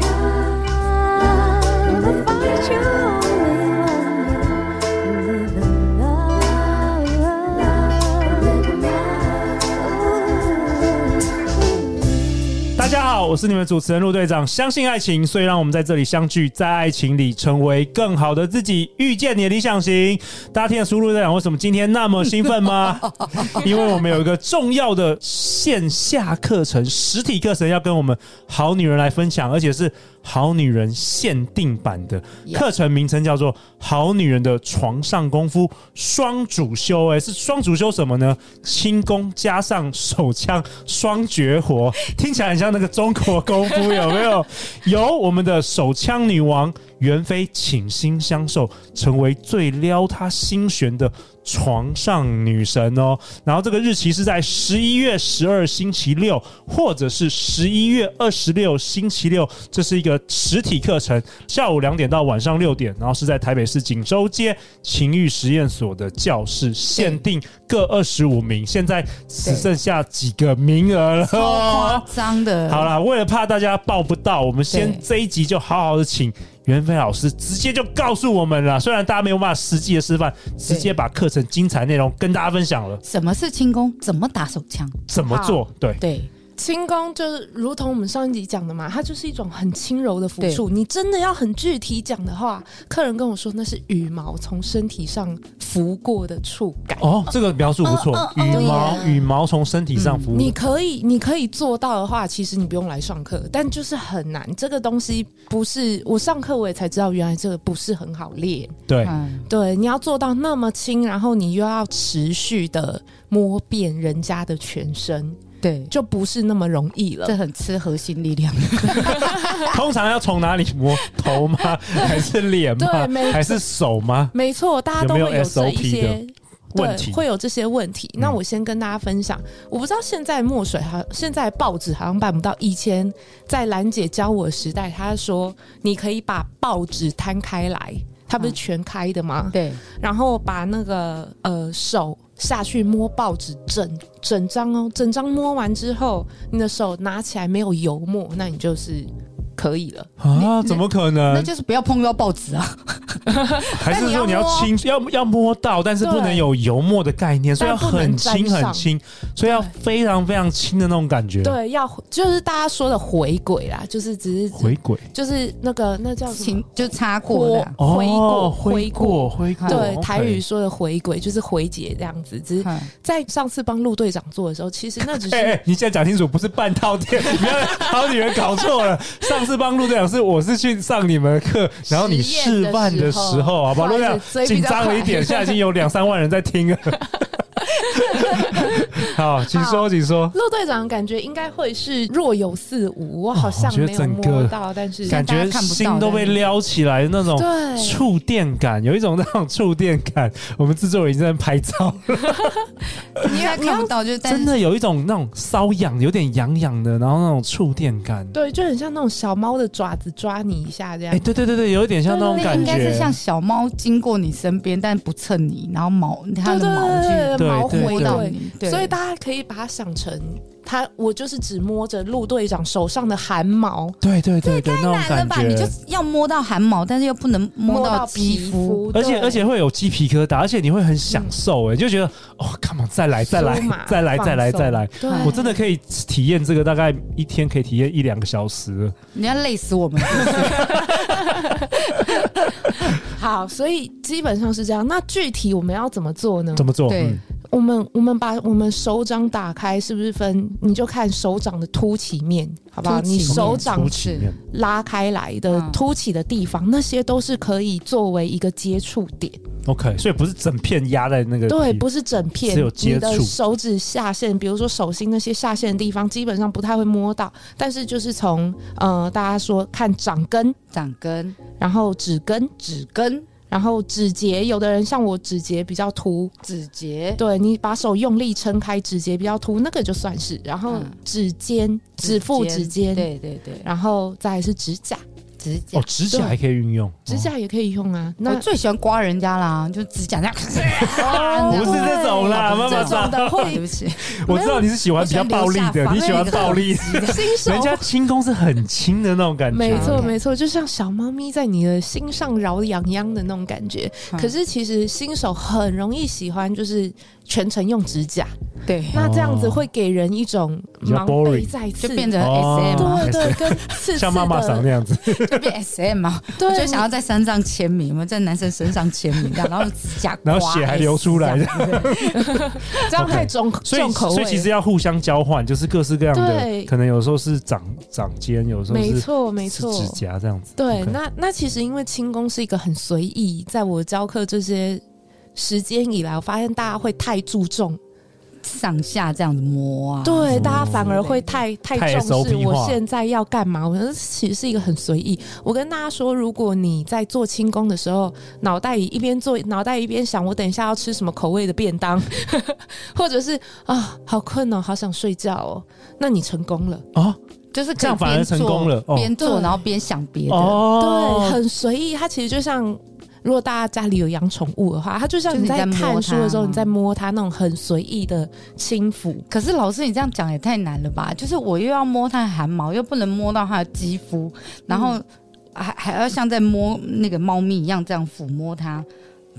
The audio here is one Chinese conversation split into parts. Love, find your only one. Live in love, live in love. 大家好，我是你们主持人陆队长。相信爱情，所以让我们在这里相聚，在爱情里成为更好的自己，遇见你的理想型。大家听得出陆队长为什么今天那么兴奋吗？ 因为我们有一个重要的线下课程、实体课程要跟我们好女人来分享，而且是好女人限定版的 Yeah 课程，名称叫做《好女人的床上功夫双主修》。哎，是双主修什么呢？轻功加上手枪双绝活，听起来很像那个中国功夫，有没有？由我们的手枪女王袁飞倾心相授，成为最撩她心弦的床上女神哦。然后这个日期是在十一月十二星期六，或者是十一月二十六星期六，这是一个实体课程，下午两点到晚上六点，然后是在台北市锦州街情欲实验所的教室，限定各二十五名，现在只剩下几个名额了超哦夸。张的。好，啦，为了怕大家报不到，我们先对这一集就好好的请袁飞老师直接就告诉我们了。虽然大家没有办法实际的示范，直接把课程精彩内容跟大家分享了，什么是轻功？怎么打手枪？怎么做？对，对，轻功就是如同我们上一集讲的嘛，它就是一种很轻柔的抚触。你真的要很具体讲的话，客人跟我说那是羽毛从身体上拂过的触感。哦，这个描述不错，哦哦哦嗯羽对毛耶羽毛从身体上浮。你可以，你可以做到的话，其实你不用来上课，但就是很难。这个东西不是我上课我也才知道，原来这个不是很好练。对，嗯，对，你要做到那么轻，然后你又要持续的摸遍人家的全身，对，就不是那么容易了这。很吃核心力量。通常要从哪里摸？头 吗？还是脸吗对没？错还是手吗？没错，大家都会有没有这一 SOP 的些对问题嗯会有这些问题。那我先跟大家分享，我不知道现在墨水好，现在报纸好像办不到。以前在兰姐教我的时代，她说你可以把报纸摊开来，它不是嗯全开的吗？ 对，然后把那个呃手下去摸报纸整整张哦，整张摸完之后，你的手拿起来没有油墨，那你就是可以了。啊，怎么可那能？就是不要碰到报纸啊。还是说那你你要要摸啊轻，要要摸到，但是不对能有油墨的概念，所以要但不能很轻沾上很轻，所以要对非常非常轻的那种感觉。，对，要就是大家说的回轨啦，就是只是回轨。就是那个那叫什么轻？就擦过的啊。回过挥回过，过挥过，对， OK 台语。说的回归就是回解这样子。只是嗯在上次帮陆队长做的时候，其实那只哎、是哎你现在讲清楚，不是半套 店，不要好女人搞错了。上次帮陆队长是我是去上你们的课，然后你示范的时实验的时候，好吧，不好陆意思队长嘴比紧较张了一快点，现在已经有两三万人在听 了。好，请说，请说，陆队长感觉应该会是若有似无，我好像哦我觉得没有整个摸到，但是感大觉家看不到心都被撩起来的那种对。触电感，有一种那种触电感。我们制作人已经在拍照，你要看不到，就是但真是的有一种那种瘙痒，有点痒痒的，然后那种触电感。对，啊就很像那种小猫的爪子抓你一下这哎、样。对对对对，有一点像那种那感应该觉是。像小猫经过你身边，但不蹭你，然后毛它哎对的毛去对对毛对挥回到对你，对所以大家可以把它想成他，我就是只摸着陆队长手上的汗毛，对对对对，那种太难了感吧？你就觉。是要摸到汗毛，但是又不能摸到到肌肤。肤，而且对而且会有鸡皮疙瘩，而且你会很享受哎、就觉得哦，干嘛再来再来酥麻再来再来放松再来，嗯对，我真的可以体验这个，大概一天可以体验一两个小时。你要累死我们！好，所以基本上是这样。那具体我们要怎么做呢？怎么做？对嗯，我们我们把我们手掌打开，是不是分？你就看手掌的凸起面，好不好？凸起你面手掌凸起面拉开来的嗯凸起的地方，那些都是可以作为一个接触点。 ，OK，所以不是整片压在那个对，皮不是整片，只有接你的触手指下线，比如说手心那些下线的地方，基本上不太会摸到。但是就是从呃，大家说看掌根，掌根、然后指根，指根、然后指节，有的人像我指节比较凸，指节、对你把手用力撑开，指节比较凸，那个就算是。然后嗯指尖、指腹、指尖，对对对，然后再来是指甲，指甲哦，。指甲还可以运用，指甲也可以用啊。我那最喜欢刮人家啦，就指 甲这样。哦不是这种啦，对妈妈这桑种，的对不 会起， 我知道你是喜欢比较暴力的，你喜欢暴力的，新手人家轻功是很轻的那种感觉，没错 OK 没错，就像小猫咪在你的心上挠痒痒的那种感觉。嗯可是其实新手很容易喜欢就是全程用指甲，对，那这样子会给人一种比较忙 boring 被再次就变成哦 S M 啊，对对，跟刺刺像妈妈桑的那样子，就变 S M 啊，对我就想要在山上签名，我在男生身上签名这样，然后指甲刮，然后血还流出来 S 这样对这样太 OK 重所以重口味所以其实了。要互相交换，就是各式各样的，对可能有时候是长长尖，有时候没是错没错，是指甲这样子。对 OK 那那其实因为轻功是一个很随意，在我教课这些时间以来，我发现大家会太注重，哦上下这样子摸啊，对，大家反而会太嗯太太重视 SOP 化我现在要干嘛。我觉得其实是一个很随意。我跟大家说，如果你在做轻功的时候，脑袋里一边做，脑袋一边想我等一下要吃什么口味的便当， 或者是啊好困哦，好想睡觉哦，那你成功了。哦就是可以这样反而边成功了做哦边做对然后边想别的，哦对，，很随意。它其实就像，如果大家家里有养宠物的话，它就像就是你你在在摸看书的时候，它你在摸它那种很随意的轻抚。可是老师，你这样讲也太难了吧？就是我又要摸它的汗毛，又不能摸到它的肌肤，然嗯后还还要像在摸那个猫咪一样这样抚摸它。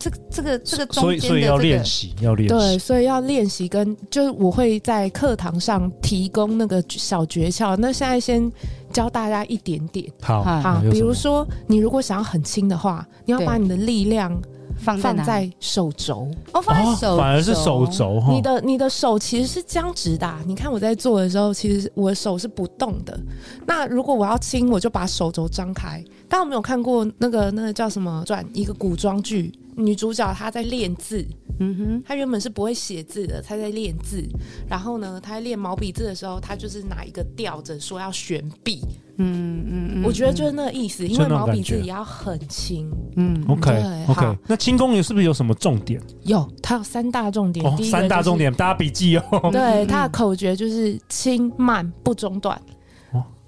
这个这个这个中所以间所以的要这练个，习，要练对，习。所以要练习跟，就是我会在课堂上提供那个小诀窍。那现在先教大家一点点好，好啊有什，么比如说你如果想要很轻的话，你要对把你的力量放在放哪里在手肘。哦放在哦手，反而是手。肘哈你。的你的手其实是僵直的啊、你看我在做的时候，其实我的手是不动的。那如果我要亲，我就把手肘张开。大家有没有看过那个那个叫什么传一个古装剧，女主角她在练字，嗯哼，她原本是不会写字的，她在练字。然后呢，她在练毛笔字的时候，她就是拿一个吊着说要悬臂。嗯嗯嗯，我觉得就是那个意思，因就为那种毛笔字感觉也要很轻。嗯 OK 对 OK，好那轻功有是不是有什么重点？有，它有三大重点，哦第一，个三大就是重点，大家笔记哦。对，它的口诀就是轻慢不中断。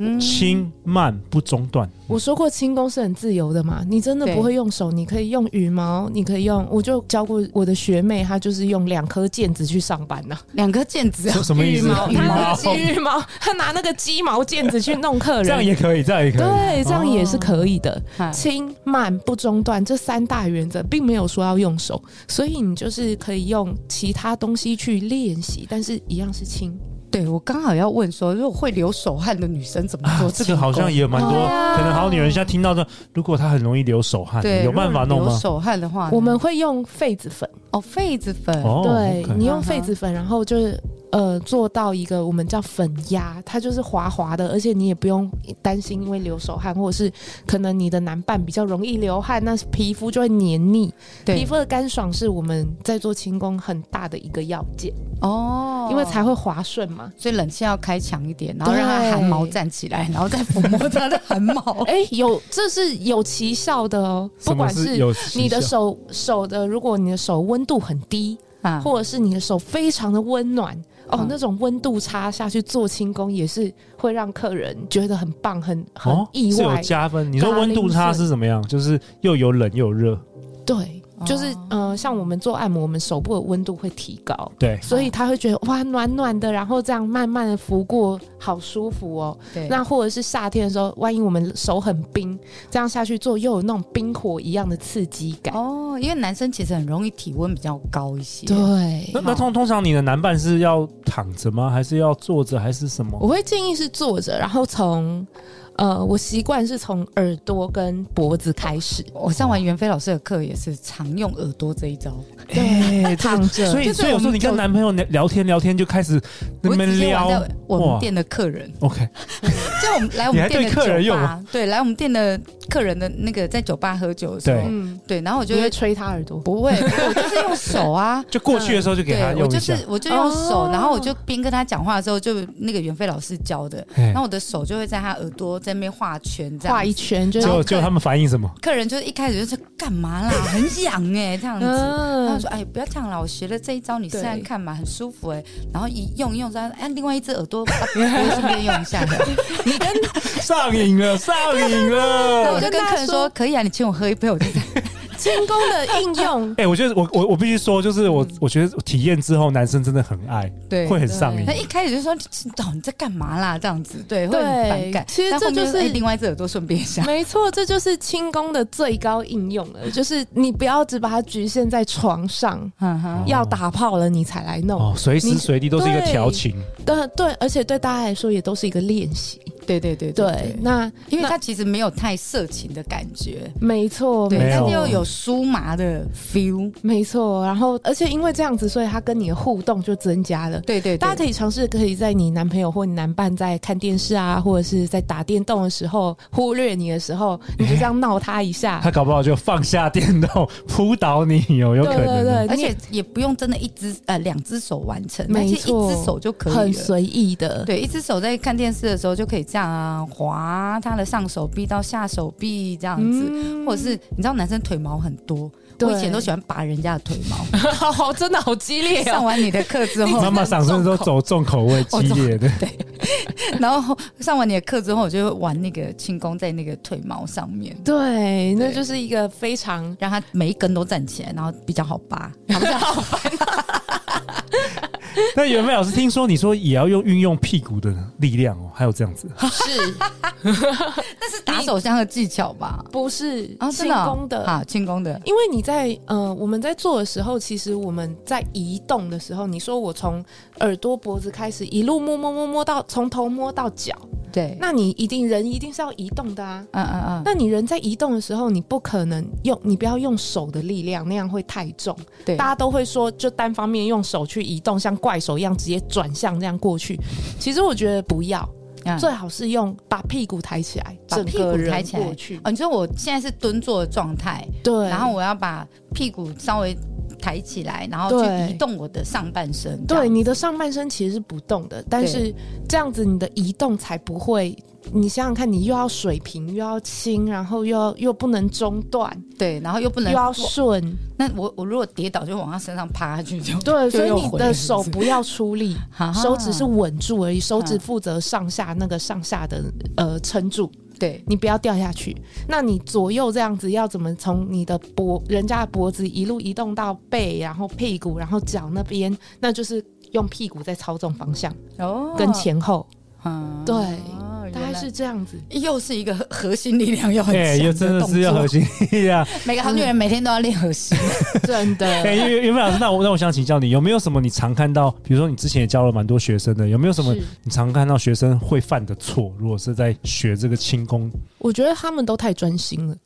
嗯轻慢不中断，我说过轻功是很自由的嘛，你真的对不会用手，你可以用羽毛，你可以用，我就教过我的学妹，她就是用两颗毽子去上班呐、两颗毽子啊，什么意思羽毛她羽拿毛那个羽毛，她拿那个鸡毛毽子去弄客人，这样也可以，哦这样也可以。对，这样也是可以的。嗨轻慢不中断这三大原则，并没有说要用手，所以你就是可以用其他东西去练习，但是一样是轻。对我刚好要问说，如果会流手汗的女生怎么做啊，这轻功？个好像也蛮多，对啊可能好女人现在听到的，如果她很容易流手汗，对，有办法弄如果吗流？手汗的话，我们会用痱子粉。哦痱子粉，哦对 OK 你用痱子粉，然后就是呃做到一个我们叫粉压，它就是滑滑的，而且你也不用担心因为流手汗，或者是可能你的男伴比较容易流汗，那皮肤就会黏腻。皮对肤的干爽是我们在做轻功很大的一个要件，哦，因为才会滑顺嘛。所以冷气要开强一点，然后对。让它汗毛站起来，然后再抚摸它的汗毛 哎、有这是有奇效的哦，哦不什么管是是有你的效手手的，如果你的手温度很低，啊，或者是你的手非常的温暖哦嗯，那种温度差下去做轻功也是会让客人觉得很棒、很很意哦是有外。加分。你说温度差是怎么样？就是又有冷又有热，对，就是哦嗯嗯、呃像我们做按摩，我们手部的温度会提高，对，所以他会觉得哇暖暖的，然后这样慢慢的拂过，好舒服哦。对，那或者是夏天的时候，万一我们手很冰，这样下去做又有那种冰火一样的刺激感。哦，因为男生其实很容易体温比较高一些。对那，那通通常你的男伴是要躺着吗？还是要坐着？还是什么？我会建议是坐着，然后从呃，我习惯是从耳朵跟脖子开始。我上完袁飞老师的课也是常用耳朵这一招，哎，这个躺着所以就是所以有时候你我跟们男朋友聊聊天聊天就开始那我边直接玩撩在我们店的客人， ，OK，就我们来我们店你还对客的人酒用吧，对，来我们店的客人的那个在酒吧喝酒的时候，嗯，对，然后我就就会会吹他耳朵。不会，不会我就是用手啊，就过去的时候就给他嗯对，我用就一下是，我就用手，哦然后我就边跟他讲话的时候，就那个袁飞老师教的，哎然后我的手就会在他耳朵在那边画圈这样画一圈就然就后就客他们反应 什么？客人就是一开始就是干嘛啦，很痒哎、这样子。然后 嗯说：“哎，不要这样啦，我学了这一招，你试试看嘛，很舒服哎、然后一用一用，然后哎，另外一只耳朵，啊、不会顺便用一 下的。上瘾了，上瘾那了。我。就跟客人跟他说：“可以啊，你请我喝一杯，我就这样。轻功的应 用 哎、我觉得我我我必须说，就是我我觉得体验之后，男生真的很爱，”对，会很上瘾哎那。一开始就说：“哦，你在干嘛啦？”这样子，对，会对很反感。其实但这后面就是哎另外一只耳朵顺便一 下。没错，这就是轻功的最高应用了，就是你不要只把它局限在床上，嗯哼，要打炮了你才来弄。哦，随时你随地都是一个对调情，对对，而且对大家来说也都是一个练习。对对对对，那因为它其实没有太色情的感觉，没错，对没，但有是又有酥麻的 feel。没错。然后，而且因为这样子，所以他跟你的互动就增加了。对对大家可对，以尝试，可以在你男朋友或你男伴在看电视啊，或者是在打电动的时候忽略你的时候，你就这样闹他 一下。他搞不好就放下电动扑倒你哦，有可能哦。对对对而且也不用真的一只呃两只手完成，而没且一错只手就可很以了。随意的，对，一只手在看电视的时候就可以这样啊，滑他的上手臂到下手臂这样子，嗯或者是你知道男生腿毛很多，对我以前都喜欢拔人家的腿毛。好，真的好激烈上！完你的课之后， 妈妈上身都走重口味激烈的，然后上完你的课之后，我就会玩那个轻功在那个腿毛上面， 对，那对就是一个非 常让它每一根都站起来，然后比较好拔。那袁飞老师听说你说也要用运用屁股的力量哦，还有这样子，是那是打手枪的技巧吧？不是啊，真轻的哦功的？啊，轻功的，因为你在呃，我们在做的时候，其实我们在移动的时候，你说我从耳朵、脖子开始一路摸摸摸摸到从头摸到脚，对，那你一定人一定是要移动的啊。嗯嗯嗯，那你人在移动的时候，你不可能用，你不要用手的力量，那样会太重。对，大家都会说，就单方面用手去移动，像怪手一样直接转向这样过去。其实我觉得不要，嗯最好是用把屁股抬起来，把整屁个股人抬起过来去。哦，你说我现在是蹲坐的状态，对，然后我要把屁股稍微抬起来，然后对去移动我的上半身。这样对，你的上半身其实是不动的，但是这样子你的移动才不会。你想想看，你又要水平，又要轻，然后又要又不能中断，对，然后又不又能要我顺，那我我如果跌倒就往他身上趴下去就对，所以又你回的了是手不是不要出力，哈哈手指是稳住而已，手指嗯负责上下那个上下的呃撑住，对你不要掉下去。那你左右这样子要怎么从你的脖人家的脖子一路移动到背，然后屁股，然后脚那边，那就是用屁股在操纵方向哦跟，前后，嗯对哦原大概是这样子。 来又是一个核核心力量要很哎、强又真的动是要作核心力量。每个韩女人每天都要练核心。真哎、 的，袁袁飞老师，那我那我想请教你，有没有什么你常看到，比如说你之前也教了蛮多学生的，有没有什么是你常看到学生会犯的错？如果是在学这个轻功，我觉得他们都太专心了，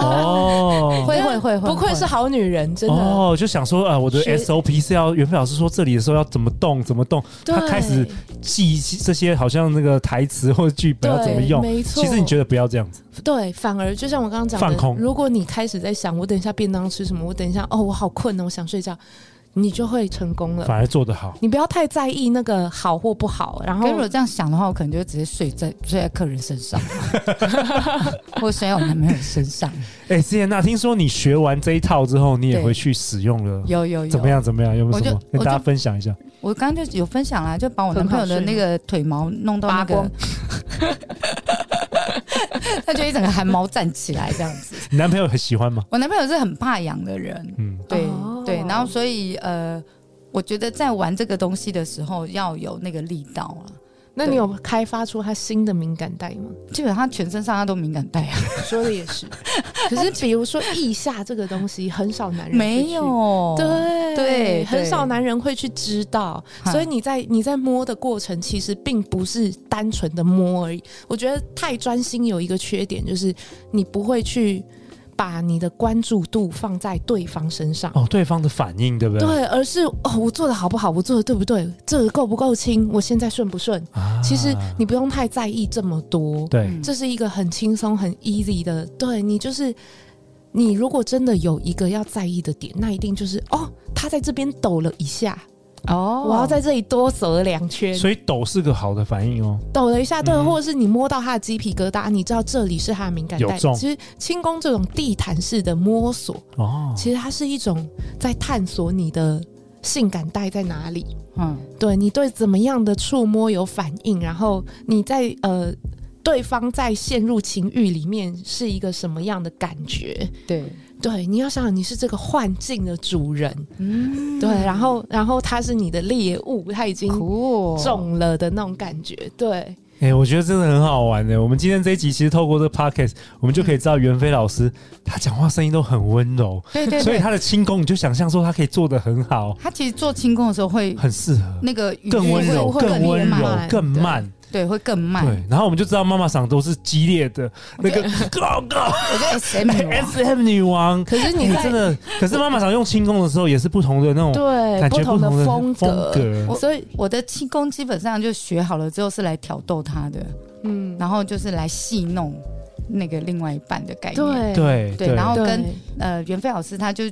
哦，会会会会，不愧是会好女人，真的。哦，就想说啊、我的学 SOP 是要袁飞老师说这里的时候要怎么动，怎么动，对，他开始记这些好像那个台词或者剧本要怎么对用。没错，其实你觉得不要这样子，对，反而就像我刚刚讲的，放空如果你开始在想我等一下便当吃什么，我等一下哦，我好困哦，我想睡觉，你就会成功了反。而做得好。你不要太在意那个好或不好，然可后是如果这样想的话，我可能就会直接睡在睡在客人身上， 或睡在我男朋友身上。哎、之前娜，听说你学完这一套之后，你也对回去使用了，有有有，怎么样？怎么样？有没有什么我就跟大家我就分享一下？我刚刚就有分享啦，就把我男朋友的那个腿毛弄到那拔个， 他就一整个汗毛站起来这样子。你男朋友很喜欢吗？我男朋友是很怕痒的人，嗯，对、哦对，然后所以呃，我觉得在玩这个东西的时候要有那个力道啊。那你有开发出他新的敏感带吗？基本上他全身上下都敏感带啊，说的也是， 可是比如说腋下这个东西，很少男人会去没。啊有，哦对对很少对男人会去知道，哈所以你在你在摸的过程，其实并不是单纯的摸而已。我觉得太专心有一个缺点，就是你不会去把你的关注度放在对方身上。哦，对方的反应对不啊对？对，而是哦，我做的好不好，我做的对不对，这个够不够轻，我现在顺不顺？啊其实你不用太在意这么多，对嗯这是一个很轻松、很 easy 的。对你就是，你如果真的有一个要在意的点，那一定就是哦，他在这边抖了一下，哦我要在这里多走了两圈，所以抖是个好的反应哦。抖了一下，对，嗯或者是你摸到他的鸡皮疙瘩，你知道这里是他的敏感有带。中其实轻功这种地毯式的摸索，哦，其实它是一种在探索你的性感带在哪里，嗯，对你对怎么样的触摸有反应，然后你在呃对方在陷入情欲里面是一个什么样的感觉？对，对，你要想想你是这个幻境的主人，嗯，对，然后然后他是你的猎物，他已经酷哦中了的那种感觉，对。哎、我觉得真的很好玩欸的。我们今天这一集其实透过这 podcast，我们就可以知道袁飞老师他讲话声音都很温柔，对对所以对，他的轻功你就想象说他可以做得很好，他其实做轻功的时候会很适合，那个语更速温会柔、会更温慢柔、慢更慢。对，会更慢。对，然后我们就知道妈妈嗓都是激烈的那个 go go 哎我觉得 SM 女王 S M 女王。可是你哎在、真的，可是妈妈嗓用轻功的时候也是不同的那种对哦感觉，不同的的风格，格。所以我的轻功基本上就学好了之后是来挑逗他的，嗯，然后就是来戏弄那个另外一半的概念。对对对然后对跟呃，袁飞老师他就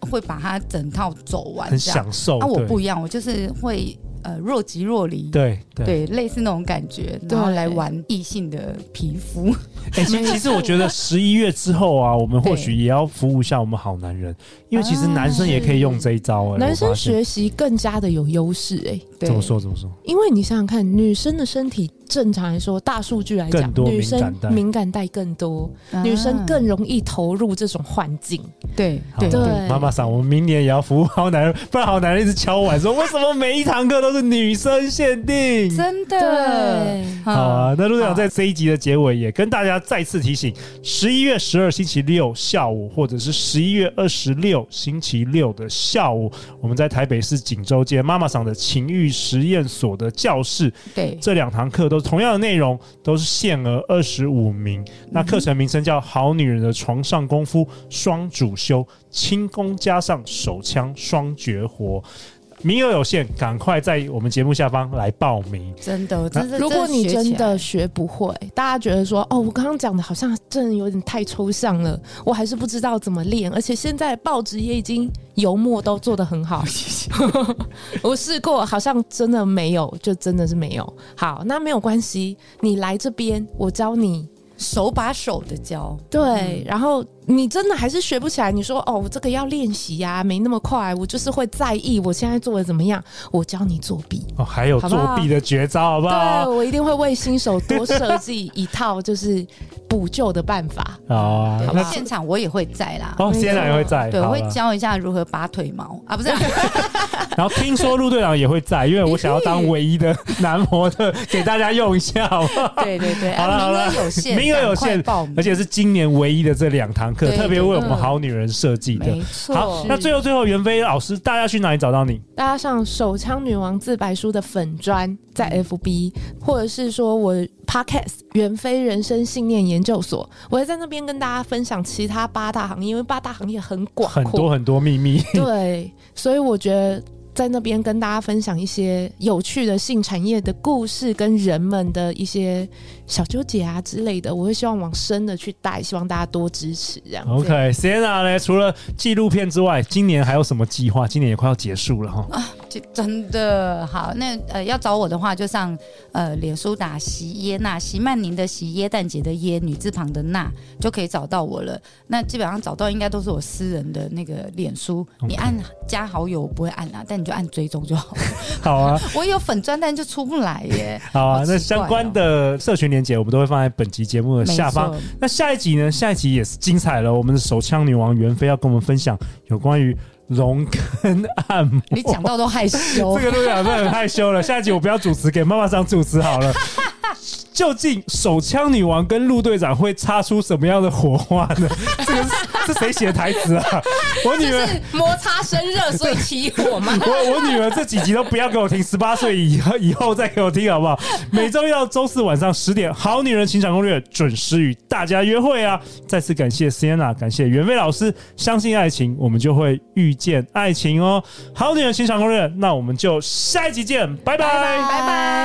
会把他整套走完很这样。享受。啊，我对不一样，我就是会呃若即若离，对对对，类似那种感觉，然后来玩异性的皮肤。哎、其实其实我觉得十一月之后啊，我们或许也要服务一下我们好男人，因为其实男生也可以用这一招、哎，嗯男我生发现学习更加的有优势哎，对怎么说怎么说？因为你想想看，女生的身体正常来说，大数据来讲更，多女敏感生带敏感带更多，啊女生更容易投入这种幻境。对好对对妈妈桑，我们明年也要服务好男人，不然好男人一直敲碗说，为什么每一堂课都是女生限定？真的。好啊，那陆队长好在这一集的结尾也跟大家再次提醒：十一月十二星期六下午，或者是十一月二十六星期六的下午，我们在台北市锦州街妈妈桑的情欲实验所的教室对，这两堂课都是同样的内容，都是限额二十五嗯名。那课程名称叫《好女人的床上功夫双主修轻功加上手枪双绝活》，名额有限，赶快在我们节目下方来报名。真的，真的。如果你学真起来的学不会，大家觉得说哦，我刚刚讲的好像真的有点太抽象了，我还是不知道怎么练，而且现在报纸也已经油墨都做得很好。 我试过，好像真的没有，就真的是没有。好，那没有关系，你来这边，我教你。手把手的教，嗯对，然后你真的还是学不起来。你说哦，我这个要练习呀、没那么快，我就是会在意我现在做的怎么样。我教你作弊，哦，还有好不作好弊的绝招，好不好？对我一定会为新手多设计一套就是补救的办法。啊，对那现场我也会在啦。哦，现在也会在，对，我好会了教一下如何拔腿毛 啊，不是啊，然后听说陆队长也会在，因为我想要当唯一的男模特，给大家用一下，好不好？对对对，好了啊好了名额有限，名额有限赶快报名，而且是今年唯一的这两堂课，嗯对特别为我们对好女人设计的。没错。嗯好，那是最后最后，袁飞老师，大家去哪里找到你？大家上手枪女王自白书的粉砖，在嗯 FB，或者是说我 Podcast 袁飞人生信念研究所，我会在那边跟大家分享其他八大行业，因为八大行业很广阔，很多很多秘 密。对，所以我觉得在那边跟大家分享一些有趣的性产业的故事，跟人们的一些小纠结啊之类的，我会希望往深的去带，希望大家多支持这样。 OK，Sienna 呢？除了纪录片之外，今年还有什么计划？今年也快要结束了哈。 就真的好，那呃要找我的话，就上呃脸书打席耶娜，席曼宁的席，耶诞节的耶，女字旁的娜，就可以找到我了。那基本上找到应该都是我私人的那个脸书 OK 你按加好友我不会按啊，但你就按追踪就好。好啊，我有粉砖，但就出不来耶。 好啊好。奇怪那哦相关的社群连接，我们都会放在本集节目的下方没。错那下一集呢？下一集也是精彩了。我们的手枪女王袁飞要跟我们分享有关于龙根按摩。你讲到都害羞 这。个陆长真的很害羞了。下一集我不要主持，给妈妈桑主持好了。 究竟手枪女王跟陆队长会擦出什么样的火花呢？这个是这谁写的台词啊？我女儿，摩擦生热，所以起火 嘛我我女儿这几集都不要给我听，十八岁以后以后再给我听好不好？每周一到周四晚上十点，《好女人情场攻略》准时与大家约会啊！再次感谢 Sienna，感谢袁飞老师，相信爱情，我们就会遇见爱情哦。《好女人情场攻略》，那我们就下一集见，拜拜拜拜。